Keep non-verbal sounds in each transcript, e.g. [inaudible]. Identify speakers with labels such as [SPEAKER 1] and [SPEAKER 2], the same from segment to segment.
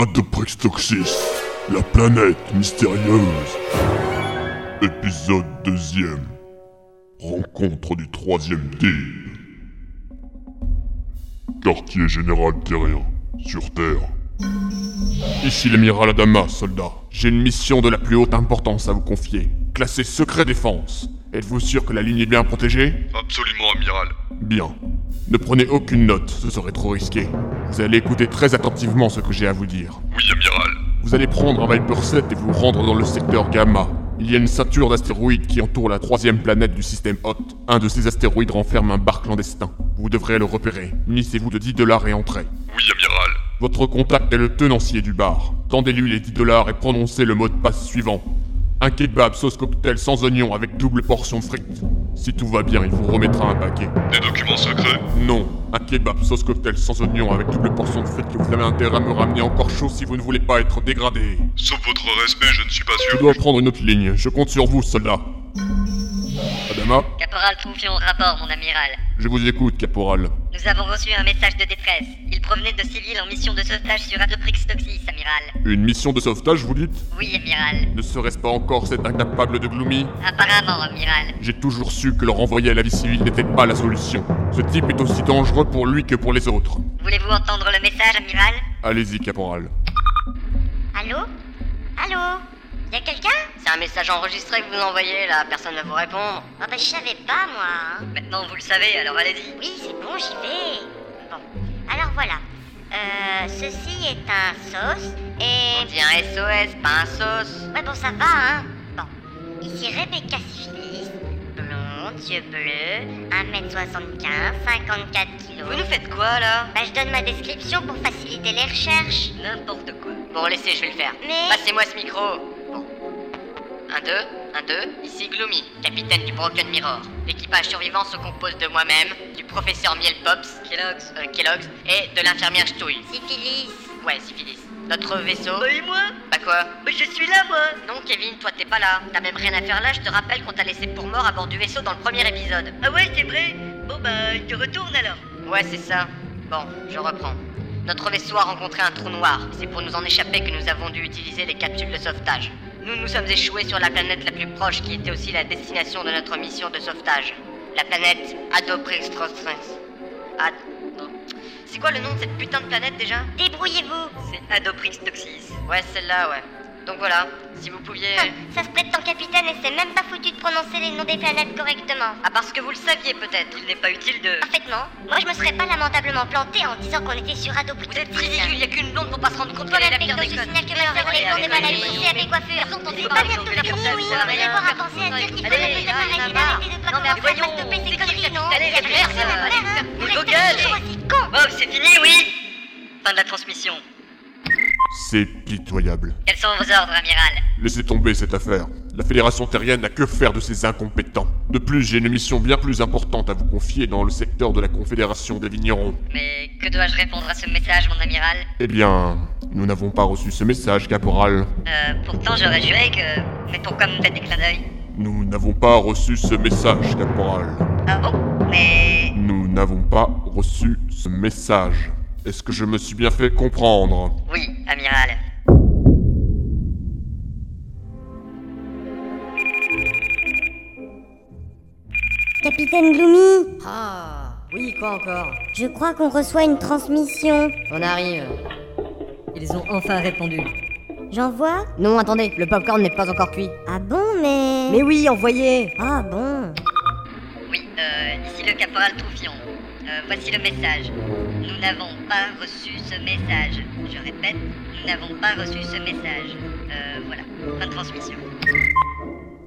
[SPEAKER 1] Adoprex Toxis, la planète mystérieuse. Épisode 2 Rencontre du troisième type. Quartier général terrien, sur Terre.
[SPEAKER 2] Ici l'amiral Adama, soldat. J'ai une mission de la plus haute importance à vous confier. Classée secret défense. Êtes-vous sûr que la ligne est bien protégée
[SPEAKER 3] Absolument, amiral.
[SPEAKER 2] Bien. Ne prenez aucune note, ce serait trop risqué. Vous allez écouter très attentivement ce que j'ai à vous dire.
[SPEAKER 3] Oui, amiral.
[SPEAKER 2] Vous allez prendre un Viper 7 et vous rendre dans le secteur Gamma. Il y a une ceinture d'astéroïdes qui entoure la troisième planète du système Hot. Un de ces astéroïdes renferme un bar clandestin. Vous devrez le repérer. Munissez-vous de 10 dollars et entrez.
[SPEAKER 3] Oui, amiral.
[SPEAKER 2] Votre contact est le tenancier du bar. Tendez-lui les 10 dollars et prononcez le mot de passe suivant. Un kebab sauce cocktail sans oignon avec double portion frites. Si tout va bien, il vous remettra un paquet.
[SPEAKER 3] Des documents secrets
[SPEAKER 2] Non, un kebab sauce cocktail sans oignon avec double portion de frites que vous avez intérêt à me ramener encore chaud si vous ne voulez pas être dégradé.
[SPEAKER 3] Sauf votre respect, je ne suis pas
[SPEAKER 2] Je
[SPEAKER 3] sûr.
[SPEAKER 2] dois prendre une autre ligne. Je compte sur vous, soldat. Adama,
[SPEAKER 4] Caporal Troupion au rapport, mon amiral.
[SPEAKER 2] je vous écoute, caporal.
[SPEAKER 4] Nous avons reçu un message de détresse. Il provenait de civils en mission de sauvetage sur Adoprix Toxis, amiral.
[SPEAKER 2] Une mission de sauvetage, vous dites
[SPEAKER 4] Oui, amiral.
[SPEAKER 2] Ne serait-ce pas encore cet incapable de Gloomy
[SPEAKER 4] Apparemment, amiral.
[SPEAKER 2] J'ai toujours su que le renvoyer à la vie civile n'était pas la solution. Ce type est aussi dangereux pour lui que pour les autres.
[SPEAKER 4] Voulez-vous entendre le message, amiral
[SPEAKER 2] Allez-y, caporal.
[SPEAKER 4] Allô Allô Y'a quelqu'un C'est un message enregistré que vous envoyez, là. Personne ne va vous répondre. Ah bah, je savais pas, moi. Maintenant, vous le savez, alors allez-y.
[SPEAKER 5] hein. Oui, c'est bon, j'y vais. Bon, alors voilà. Euh, ceci est un sauce et...
[SPEAKER 4] On dit un SOS, pas un sauce.
[SPEAKER 5] Ouais, bon, ça va, hein. Bon, ici Rebecca Syphilis, blonde, yeux bleus, 1m75, 54
[SPEAKER 4] Vous
[SPEAKER 5] kg.
[SPEAKER 4] nous faites quoi, là
[SPEAKER 5] Bah, je donne ma description pour faciliter les recherches.
[SPEAKER 4] N'importe quoi. Bon, laissez, je vais le faire.
[SPEAKER 5] Mais-
[SPEAKER 4] Passez-moi ce micro. Bon. Un, deux, un, deux. Ici Gloomy, capitaine du Broken Mirror. L'équipage survivant se compose de moi-même, du professeur Miel Pops, Kellogg's, euh, Kellogg's, et de l'infirmière Stouille.
[SPEAKER 5] Syphilis.
[SPEAKER 4] Ouais, syphilis. Notre vaisseau. et moi Bah quoi Mais je suis là, moi Non, Kevin, toi t'es pas là. T'as même rien à faire là, je te rappelle qu'on t'a laissé pour mort à bord du vaisseau dans le premier épisode. Ah ouais, c'est vrai Bon bah, il te retourne alors. Ouais, c'est ça. Bon, je reprends. Notre vaisseau a rencontré un trou noir. C'est pour nous en échapper que nous avons dû utiliser les capsules de sauvetage. Nous nous sommes échoués sur la planète la plus proche qui était aussi la destination de notre mission de sauvetage. La planète Adoprextrostrens. Ad... non. C'est quoi le nom de cette putain de planète déjà
[SPEAKER 5] Débrouillez-vous.
[SPEAKER 4] c'est Adoprix Toxis. Ouais, celle-là, ouais. Donc voilà, si vous pouviez.
[SPEAKER 5] Hein, Ça se prétend capitaine et c'est même pas foutu de prononcer les noms des planètes correctement.
[SPEAKER 4] Ah, parce que vous le saviez peut-être, il n'est pas utile de.
[SPEAKER 5] En fait, non. Moi, je me serais pas lamentablement planté en disant qu'on était sur Ado Vous
[SPEAKER 4] il y a qu'une blonde pour pas se rendre compte
[SPEAKER 5] Toi, la mec, je signale que ma sœur est tournée mal à à mes coiffures. On dit pas bientôt fini, oui. On va d'abord à penser à dire qu'il faut arrêter de m'arrêter d'arrêter de pas commencer à se taper ces conneries, non
[SPEAKER 4] allez,
[SPEAKER 5] Il y a
[SPEAKER 4] regarde,
[SPEAKER 5] personne à
[SPEAKER 4] euh,
[SPEAKER 5] faire, hein.
[SPEAKER 4] vous
[SPEAKER 5] Vous restez
[SPEAKER 4] gueulez.
[SPEAKER 5] toujours aussi con.
[SPEAKER 4] Bob, c'est fini, oui Fin de la transmission.
[SPEAKER 2] C'est pitoyable.
[SPEAKER 4] Quels sont vos ordres, amiral
[SPEAKER 2] Laissez tomber cette affaire. La Fédération terrienne n'a que faire de ces incompétents. De plus, j'ai une mission bien plus importante à vous confier dans le secteur de la Confédération des vignerons.
[SPEAKER 4] Mais que dois-je répondre à ce message, mon amiral
[SPEAKER 2] Eh bien, nous n'avons pas reçu ce message, caporal.
[SPEAKER 4] Euh, pourtant, j'aurais juré que. Mettons comme tête des clins d'œil.
[SPEAKER 2] Nous n'avons pas reçu ce message, caporal.
[SPEAKER 4] Ah bon Mais.
[SPEAKER 2] Nous n'avons pas reçu ce message. Est-ce que je me suis bien fait comprendre
[SPEAKER 4] Oui, amiral.
[SPEAKER 5] Capitaine Gloomy,
[SPEAKER 6] Ah, oui, quoi encore
[SPEAKER 5] je crois qu'on reçoit une transmission.
[SPEAKER 6] On arrive. Ils ont enfin répondu.
[SPEAKER 5] J'en vois
[SPEAKER 6] Non, attendez, le popcorn n'est pas encore cuit.
[SPEAKER 5] Ah bon, mais...
[SPEAKER 6] Mais oui, envoyez
[SPEAKER 5] Ah bon
[SPEAKER 4] Oui, euh, ici le caporal Troufion. Euh, voici le message. Nous n'avons pas reçu ce message. Je répète, nous n'avons pas reçu ce message. Euh, voilà, fin de transmission.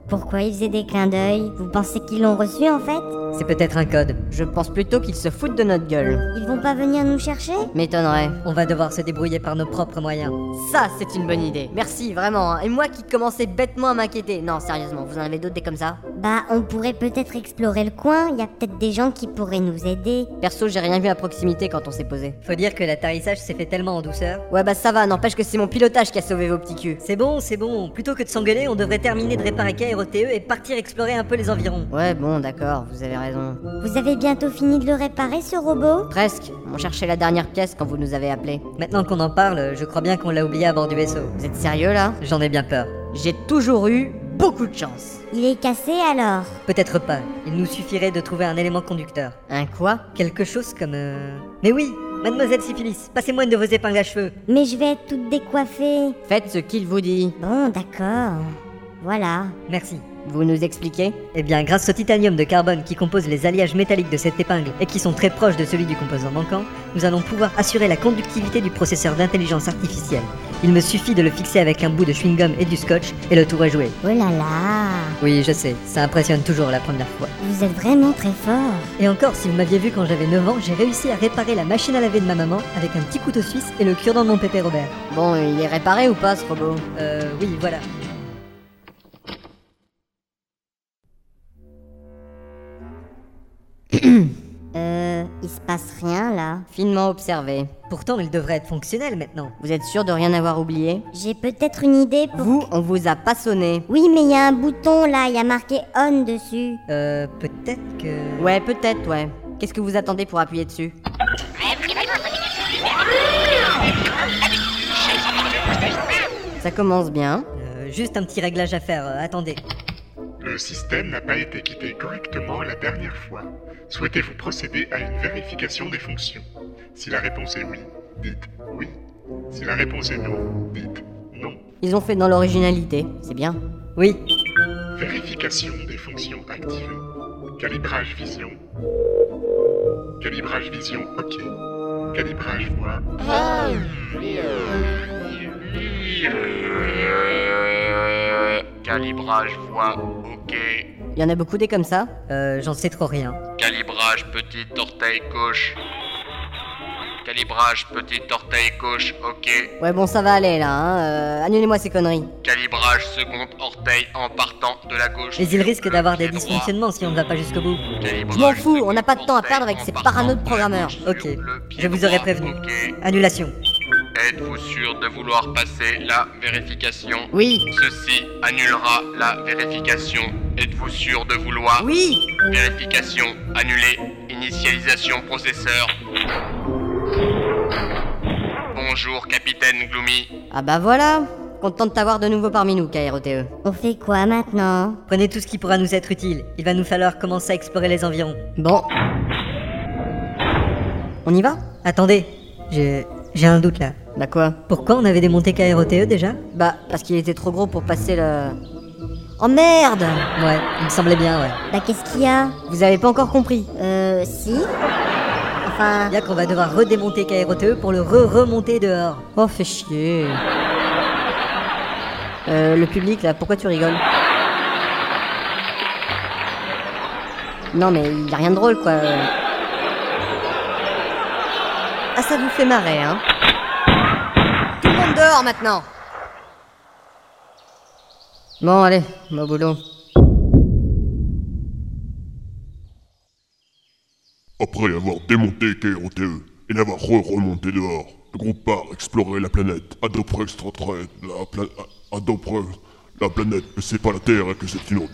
[SPEAKER 5] Pourquoi ils faisaient des clins d'œil Vous pensez qu'ils l'ont reçu, en fait
[SPEAKER 7] C'est peut-être un code. Je pense plutôt qu'ils se foutent de notre gueule.
[SPEAKER 5] Ils vont pas venir nous chercher
[SPEAKER 7] M'étonnerait.
[SPEAKER 6] On va devoir se débrouiller par nos propres moyens.
[SPEAKER 7] Ça, c'est une bonne idée. Merci, vraiment. hein. Et moi qui commençais bêtement à m'inquiéter. Non, sérieusement, vous en avez d'autres des comme ça
[SPEAKER 5] Bah, on pourrait peut-être explorer le coin, y a peut-être des gens qui pourraient nous aider.
[SPEAKER 7] Perso, j'ai rien vu à proximité quand on s'est posé.
[SPEAKER 6] Faut dire que l'atterrissage s'est fait tellement en douceur.
[SPEAKER 7] Ouais, bah ça va, n'empêche que c'est mon pilotage qui a sauvé vos petits culs.
[SPEAKER 6] C'est bon, c'est bon. Plutôt que de s'engueuler, on devrait terminer de réparer Kay et
[SPEAKER 4] au TE E et partir explorer un peu les environs.
[SPEAKER 7] Ouais, bon, d'accord, vous avez raison.
[SPEAKER 5] Vous avez bientôt fini de le réparer, ce robot
[SPEAKER 7] Presque. On cherchait la dernière pièce quand vous nous avez appelé.
[SPEAKER 4] Maintenant qu'on en parle, je crois bien qu'on l'a oublié à bord du vaisseau.
[SPEAKER 7] Vous êtes sérieux là
[SPEAKER 4] J'en ai bien peur.
[SPEAKER 7] J'ai toujours eu beaucoup de chance.
[SPEAKER 5] Il est cassé alors
[SPEAKER 4] Peut-être pas. Il nous suffirait de trouver un élément conducteur.
[SPEAKER 7] Un Hein, quoi
[SPEAKER 4] Quelque chose comme... euh, Mais oui Mademoiselle Syphilis, passez-moi une de vos épingles à cheveux.
[SPEAKER 5] Mais je vais être toute décoiffée.
[SPEAKER 7] Faites ce qu'il vous dit.
[SPEAKER 5] Bon, d'accord. Voilà.
[SPEAKER 4] Merci.
[SPEAKER 7] Vous nous expliquez
[SPEAKER 4] Eh bien, grâce au titanium de carbone qui compose les alliages métalliques de cette épingle et qui sont très proches de celui du composant manquant, nous allons pouvoir assurer la conductivité du processeur d'intelligence artificielle. Il me suffit de le fixer avec un bout de chewing-gum et du scotch et le tour est joué.
[SPEAKER 5] Oh là là
[SPEAKER 4] Oui, je sais, ça impressionne toujours la première fois.
[SPEAKER 5] Vous êtes vraiment très fort.
[SPEAKER 4] Et encore, si vous m'aviez vu quand j'avais 9 ans, j'ai réussi à réparer la machine à laver de ma maman avec un petit couteau suisse et le cure-dent de mon pépé Robert.
[SPEAKER 7] Bon, il est réparé ou pas ce robot
[SPEAKER 4] Euh, oui, voilà.
[SPEAKER 5] Euh, il se passe rien là.
[SPEAKER 7] Finement observé.
[SPEAKER 4] Pourtant, il devrait être fonctionnel maintenant.
[SPEAKER 7] Vous êtes sûr de rien avoir oublié
[SPEAKER 5] J'ai peut-être une idée pour.
[SPEAKER 7] Vous, on vous a pas sonné.
[SPEAKER 5] Oui, mais il y a un bouton là, il y a marqué on dessus.
[SPEAKER 4] Euh, peut-être que...
[SPEAKER 7] Ouais, peut-être, ouais. Qu'est-ce que vous attendez pour appuyer dessus Ça commence bien.
[SPEAKER 4] Euh, juste un petit réglage à faire, euh, attendez.
[SPEAKER 8] Le système n'a pas été quitté correctement la dernière fois. Souhaitez-vous procéder à une vérification des fonctions Si la réponse est oui, dites oui. Si la réponse est non, dites non.
[SPEAKER 7] Ils ont fait dans l'originalité, c'est bien.
[SPEAKER 4] Oui,
[SPEAKER 8] Vérification des fonctions activées. Calibrage vision. Calibrage vision, ok. Calibrage voix.
[SPEAKER 9] Calibrage voix, ok.
[SPEAKER 7] Il y en a beaucoup des comme ça
[SPEAKER 4] euh, j'en sais trop rien.
[SPEAKER 9] Calibrage petit orteil gauche. Calibrage petit orteil gauche, ok.
[SPEAKER 7] Ouais, bon, ça va aller là, hein. euh, annulez-moi ces conneries.
[SPEAKER 9] Calibrage second orteil en partant de la gauche.
[SPEAKER 4] Mais il
[SPEAKER 9] sur
[SPEAKER 4] risque
[SPEAKER 9] le
[SPEAKER 4] d'avoir des
[SPEAKER 9] pied droit.
[SPEAKER 4] dysfonctionnements si on ne va pas jusqu'au bout.
[SPEAKER 9] Calibrage
[SPEAKER 7] Je m'en fous,
[SPEAKER 9] second
[SPEAKER 7] on n'a pas de temps à
[SPEAKER 9] orteil
[SPEAKER 7] perdre avec
[SPEAKER 9] en
[SPEAKER 7] ces
[SPEAKER 9] partant
[SPEAKER 7] parano de
[SPEAKER 9] la gauche
[SPEAKER 7] programmeurs.
[SPEAKER 9] sur
[SPEAKER 4] Ok,
[SPEAKER 9] le pied
[SPEAKER 4] je vous aurais
[SPEAKER 9] droit,
[SPEAKER 4] prévenu.
[SPEAKER 9] ok.
[SPEAKER 4] Annulation.
[SPEAKER 9] Êtes-vous sûr de vouloir passer la vérification
[SPEAKER 7] Oui,
[SPEAKER 9] Ceci annulera la vérification. Êtes-vous sûr de vouloir
[SPEAKER 7] oui,
[SPEAKER 9] Vérification annulée. Initialisation processeur. Bonjour, capitaine Gloomy.
[SPEAKER 7] Ah bah voilà Content de t'avoir de nouveau parmi nous, KROTE.
[SPEAKER 5] On fait quoi maintenant
[SPEAKER 4] Prenez tout ce qui pourra nous être utile. Il va nous falloir commencer à explorer les environs.
[SPEAKER 7] Bon. On y va
[SPEAKER 4] Attendez, j'ai j'ai un doute là.
[SPEAKER 7] Bah quoi
[SPEAKER 4] Pourquoi on avait démonté KROTE E, déjà
[SPEAKER 7] Bah, parce qu'il était trop gros pour passer le... Oh merde
[SPEAKER 4] Ouais, il me semblait bien, ouais.
[SPEAKER 5] Bah qu'est-ce qu'il y a
[SPEAKER 7] Vous avez pas encore compris
[SPEAKER 5] Euh, si. Enfin,
[SPEAKER 4] Bien qu'on va devoir redémonter KROTE E pour le re-remonter dehors.
[SPEAKER 7] Oh, fais chier Euh, le public, là, pourquoi tu rigoles Non, mais il y a rien de drôle, quoi. Ah, ça vous fait marrer, hein Tout le monde dehors, maintenant Bon, allez, bah, au boulot.
[SPEAKER 1] Après avoir démonté KROTE E et l'avoir re-remonté dehors, le groupe part explorer la planète. À deux près, extraterrestre, la planète. À deux près, la planète, que c'est pas la Terre et que c'est une autre.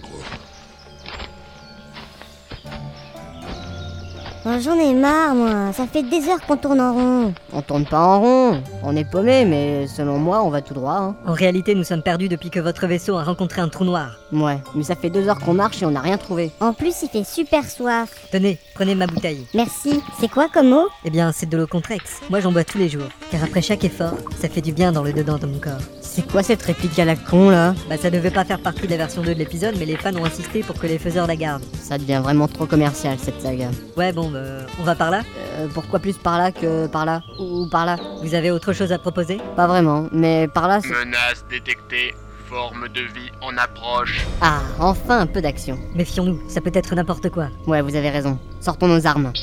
[SPEAKER 5] oh, j'en ai marre moi. Ça fait des heures qu'on tourne en rond.
[SPEAKER 7] On tourne pas en rond, on est paumé, mais selon moi, on va tout droit, hein.
[SPEAKER 4] En réalité, nous sommes perdus depuis que votre vaisseau a rencontré un trou noir.
[SPEAKER 7] Ouais, mais ça fait deux heures qu'on marche et on n'a rien trouvé.
[SPEAKER 5] En plus, il fait super soif.
[SPEAKER 4] Tenez, prenez ma bouteille.
[SPEAKER 5] Merci. C'est quoi comme mot
[SPEAKER 4] Eh bien, c'est de l'eau contrex. Moi, j'en bois tous les jours. Car après chaque effort, ça fait du bien dans le dedans de mon corps.
[SPEAKER 7] C'est quoi cette réplique à la con, là
[SPEAKER 4] Bah, ça devait pas faire partie de la version 2 de l'épisode, mais les fans ont insisté pour que les faiseurs la gardent.
[SPEAKER 7] Ça devient vraiment trop commercial, cette saga.
[SPEAKER 4] Ouais, bon, bah, on va par là
[SPEAKER 7] Euh, pourquoi plus par là que par là Ou par là
[SPEAKER 4] Vous avez autre chose à proposer
[SPEAKER 7] Pas vraiment, mais par là, c'est...
[SPEAKER 9] Menace détectée. Forme de vie en approche.
[SPEAKER 7] Ah, enfin un peu d'action.
[SPEAKER 4] Méfions-nous, ça peut être n'importe quoi.
[SPEAKER 7] Ouais, vous avez raison. Sortons nos armes.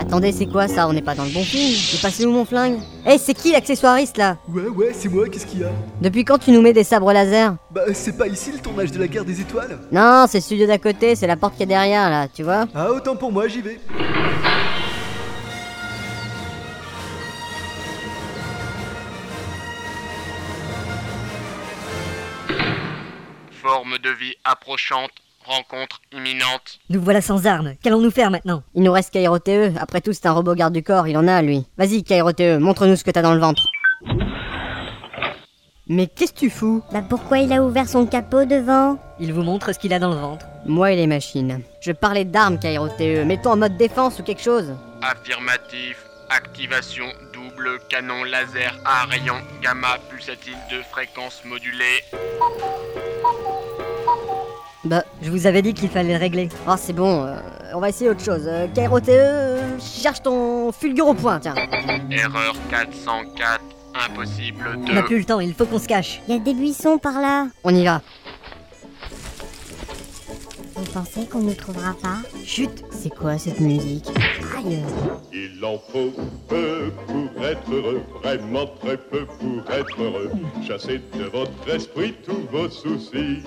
[SPEAKER 7] Attendez, c'est quoi ça On n'est pas dans le bon film J'ai passé où mon flingue Eh, c'est qui l'accessoiriste, là
[SPEAKER 10] Ouais, ouais, c'est moi, qu'est-ce qu'il y a
[SPEAKER 7] Depuis quand tu nous mets des sabres laser
[SPEAKER 10] Bah, c'est pas ici le tournage de la guerre des étoiles
[SPEAKER 7] Non, c'est le studio d'à côté, c'est la porte qui est derrière, là, tu vois
[SPEAKER 10] Ah, autant pour moi, j'y vais.
[SPEAKER 9] Forme de vie approchante, rencontre imminente.
[SPEAKER 4] Nous voilà sans armes. Qu'allons-nous faire maintenant
[SPEAKER 7] Il nous reste KROTE, après tout c'est un robot garde du corps, il en a lui. Vas-y KROTE, montre-nous ce que t'as dans le ventre. Mais qu'est-ce que tu fous
[SPEAKER 5] Bah pourquoi il a ouvert son capot devant
[SPEAKER 4] Il vous montre ce qu'il a dans le ventre.
[SPEAKER 7] Moi et les machines. Je parlais d'armes KROTE, mets-toi en mode défense ou quelque chose.
[SPEAKER 9] Affirmatif, activation double canon laser à rayon gamma pulsatile de fréquence modulée.
[SPEAKER 7] Bah,
[SPEAKER 4] Je vous avais dit qu'il fallait le régler.
[SPEAKER 7] ah c'est bon, euh, on va essayer autre chose. Euh, KROTE, euh, cherche ton fulgure au point, tiens.
[SPEAKER 9] Erreur 404, impossible
[SPEAKER 4] On n'a
[SPEAKER 9] de...
[SPEAKER 4] plus le temps, il faut qu'on se cache.
[SPEAKER 5] Il y a des buissons par là.
[SPEAKER 7] On y va.
[SPEAKER 5] Vous pensez qu'on ne trouvera pas
[SPEAKER 7] Chut, c'est quoi cette musique
[SPEAKER 5] Aïe
[SPEAKER 3] Il en faut peu pour être heureux, vraiment très peu pour être heureux. Chassez de votre esprit tous vos soucis.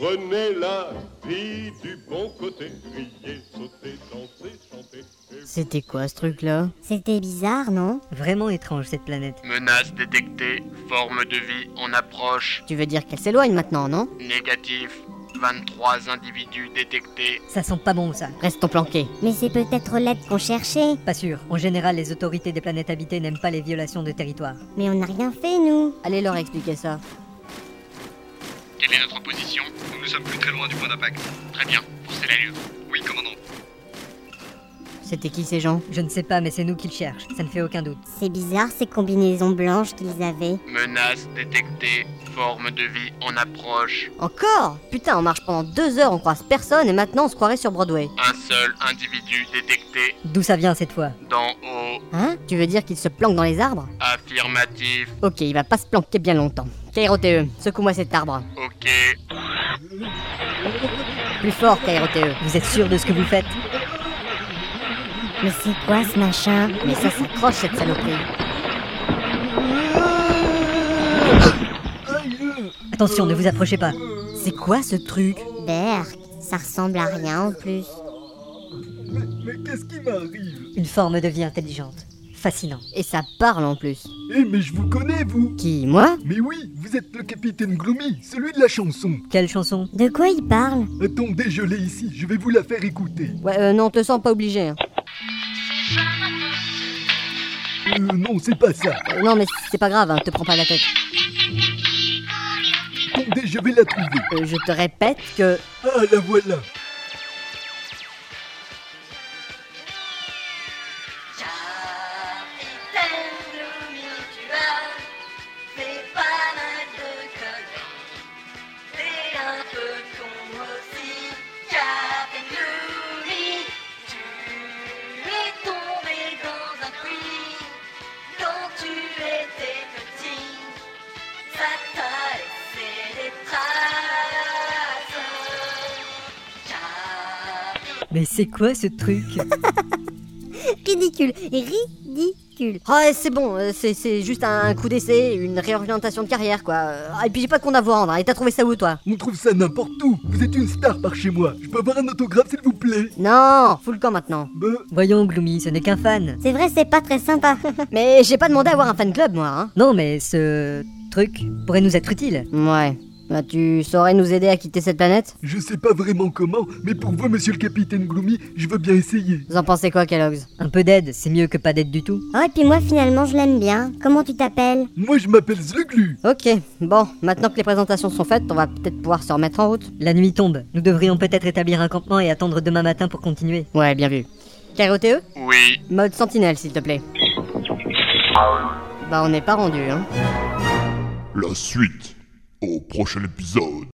[SPEAKER 3] Prenez la vie du bon côté, criez, sautez, dansez, chantez. et
[SPEAKER 7] C'était quoi ce truc là
[SPEAKER 5] C'était bizarre, non
[SPEAKER 4] Vraiment étrange cette planète.
[SPEAKER 9] Menace détectée, forme de vie en approche,
[SPEAKER 7] Tu veux dire qu'elle s'éloigne maintenant, non
[SPEAKER 9] négatif, 23 individus détectés.
[SPEAKER 4] Ça sent pas bon ça.
[SPEAKER 7] Restons planqués.
[SPEAKER 5] Mais c'est peut-être l'aide qu'on cherchait.
[SPEAKER 4] Pas sûr. En général, les autorités des planètes habitées n'aiment pas les violations de territoire.
[SPEAKER 5] Mais on n'a rien fait, nous.
[SPEAKER 7] Allez leur expliquer ça.
[SPEAKER 9] Quelle est notre position
[SPEAKER 11] Nous ne sommes plus très loin du point d'impact.
[SPEAKER 9] Très bien, poussez l'allure.
[SPEAKER 11] Oui, commandant.
[SPEAKER 7] C'était qui ces gens
[SPEAKER 4] Je ne sais pas, mais c'est nous qui le cherchent. Ça ne fait aucun doute.
[SPEAKER 5] C'est bizarre ces combinaisons blanches qu'ils avaient.
[SPEAKER 9] Menace détectée, forme de vie en approche,
[SPEAKER 7] Encore Putain, on marche pendant deux heures, on croise personne et maintenant on se croirait sur Broadway.
[SPEAKER 9] un seul individu détecté,
[SPEAKER 4] D'où ça vient cette fois
[SPEAKER 9] d'en haut,
[SPEAKER 7] Hein Tu veux dire qu'ils se planquent dans les arbres
[SPEAKER 9] affirmatif,
[SPEAKER 7] Ok, il va pas se planquer bien longtemps. KROTE, E, secoue-moi cet arbre.
[SPEAKER 9] ok,
[SPEAKER 7] Plus fort, KROTE.
[SPEAKER 4] Vous êtes sûr de ce que vous faites
[SPEAKER 5] Mais c'est quoi ce machin
[SPEAKER 7] Mais ça s'accroche cette saloperie.
[SPEAKER 10] euh,
[SPEAKER 4] Attention, ne vous approchez pas.
[SPEAKER 7] C'est quoi ce truc
[SPEAKER 5] Berk, ça ressemble à rien en plus.
[SPEAKER 10] Mais, mais qu'est-ce qui m'arrive
[SPEAKER 4] Une forme de vie intelligente. Fascinant.
[SPEAKER 7] Et ça parle en plus.
[SPEAKER 10] Eh mais je vous connais vous
[SPEAKER 7] Qui, moi
[SPEAKER 10] Mais oui, vous êtes le capitaine Gloomy, celui de la chanson.
[SPEAKER 4] Quelle chanson
[SPEAKER 5] De quoi il parle
[SPEAKER 10] Attendez, je l'ai ici, je vais vous la faire écouter.
[SPEAKER 7] Ouais, euh, non, on te sens pas obligé. hein.
[SPEAKER 10] Euh, non, c'est pas ça.
[SPEAKER 7] Euh, non, mais c'est pas grave, hein, te prends pas la tête.
[SPEAKER 10] Attendez, je vais la trouver.
[SPEAKER 7] Euh, je te répète que...
[SPEAKER 10] Ah, la voilà.
[SPEAKER 4] Mais c'est quoi ce truc
[SPEAKER 5] Ridicule, ridicule.
[SPEAKER 7] Ah, c'est bon, euh, c'est- c'est juste un coup d'essai, une réorientation de carrière, quoi. Euh, Ah, et puis j'ai pas de compte à vous rendre, hein. et t'as trouvé ça où, toi
[SPEAKER 10] On trouve ça n'importe où. Vous êtes une star par chez moi. Je peux avoir un autographe, s'il vous plaît
[SPEAKER 7] Non, fous le camp maintenant.
[SPEAKER 10] Ben,
[SPEAKER 4] Voyons, Gloomy, ce n'est qu'un fan.
[SPEAKER 5] C'est vrai, c'est pas très sympa.
[SPEAKER 7] [laughs] Mais j'ai pas demandé à avoir un fan club, moi, hein.
[SPEAKER 4] Non, mais ce truc pourrait nous être utile.
[SPEAKER 7] Ouais. Bah, tu saurais nous aider à quitter cette planète
[SPEAKER 10] je sais pas vraiment comment, mais pour vous, monsieur le capitaine Gloomy, je veux bien essayer.
[SPEAKER 7] Vous en pensez quoi, Kellogg's
[SPEAKER 4] Un peu d'aide, c'est mieux que pas d'aide du tout.
[SPEAKER 5] oh, et puis moi, finalement, je l'aime bien. Comment tu t'appelles
[SPEAKER 10] Moi, je m'appelle Zluglu.
[SPEAKER 7] Ok, bon, maintenant que les présentations sont faites, on va peut-être pouvoir se remettre en route.
[SPEAKER 4] La nuit tombe, nous devrions peut-être établir un campement et attendre demain matin pour continuer.
[SPEAKER 7] Ouais, bien vu. KROTE
[SPEAKER 9] oui,
[SPEAKER 7] Mode sentinelle, s'il te plaît. Bah, on n'est pas rendu, hein.
[SPEAKER 1] La suite au prochain épisode.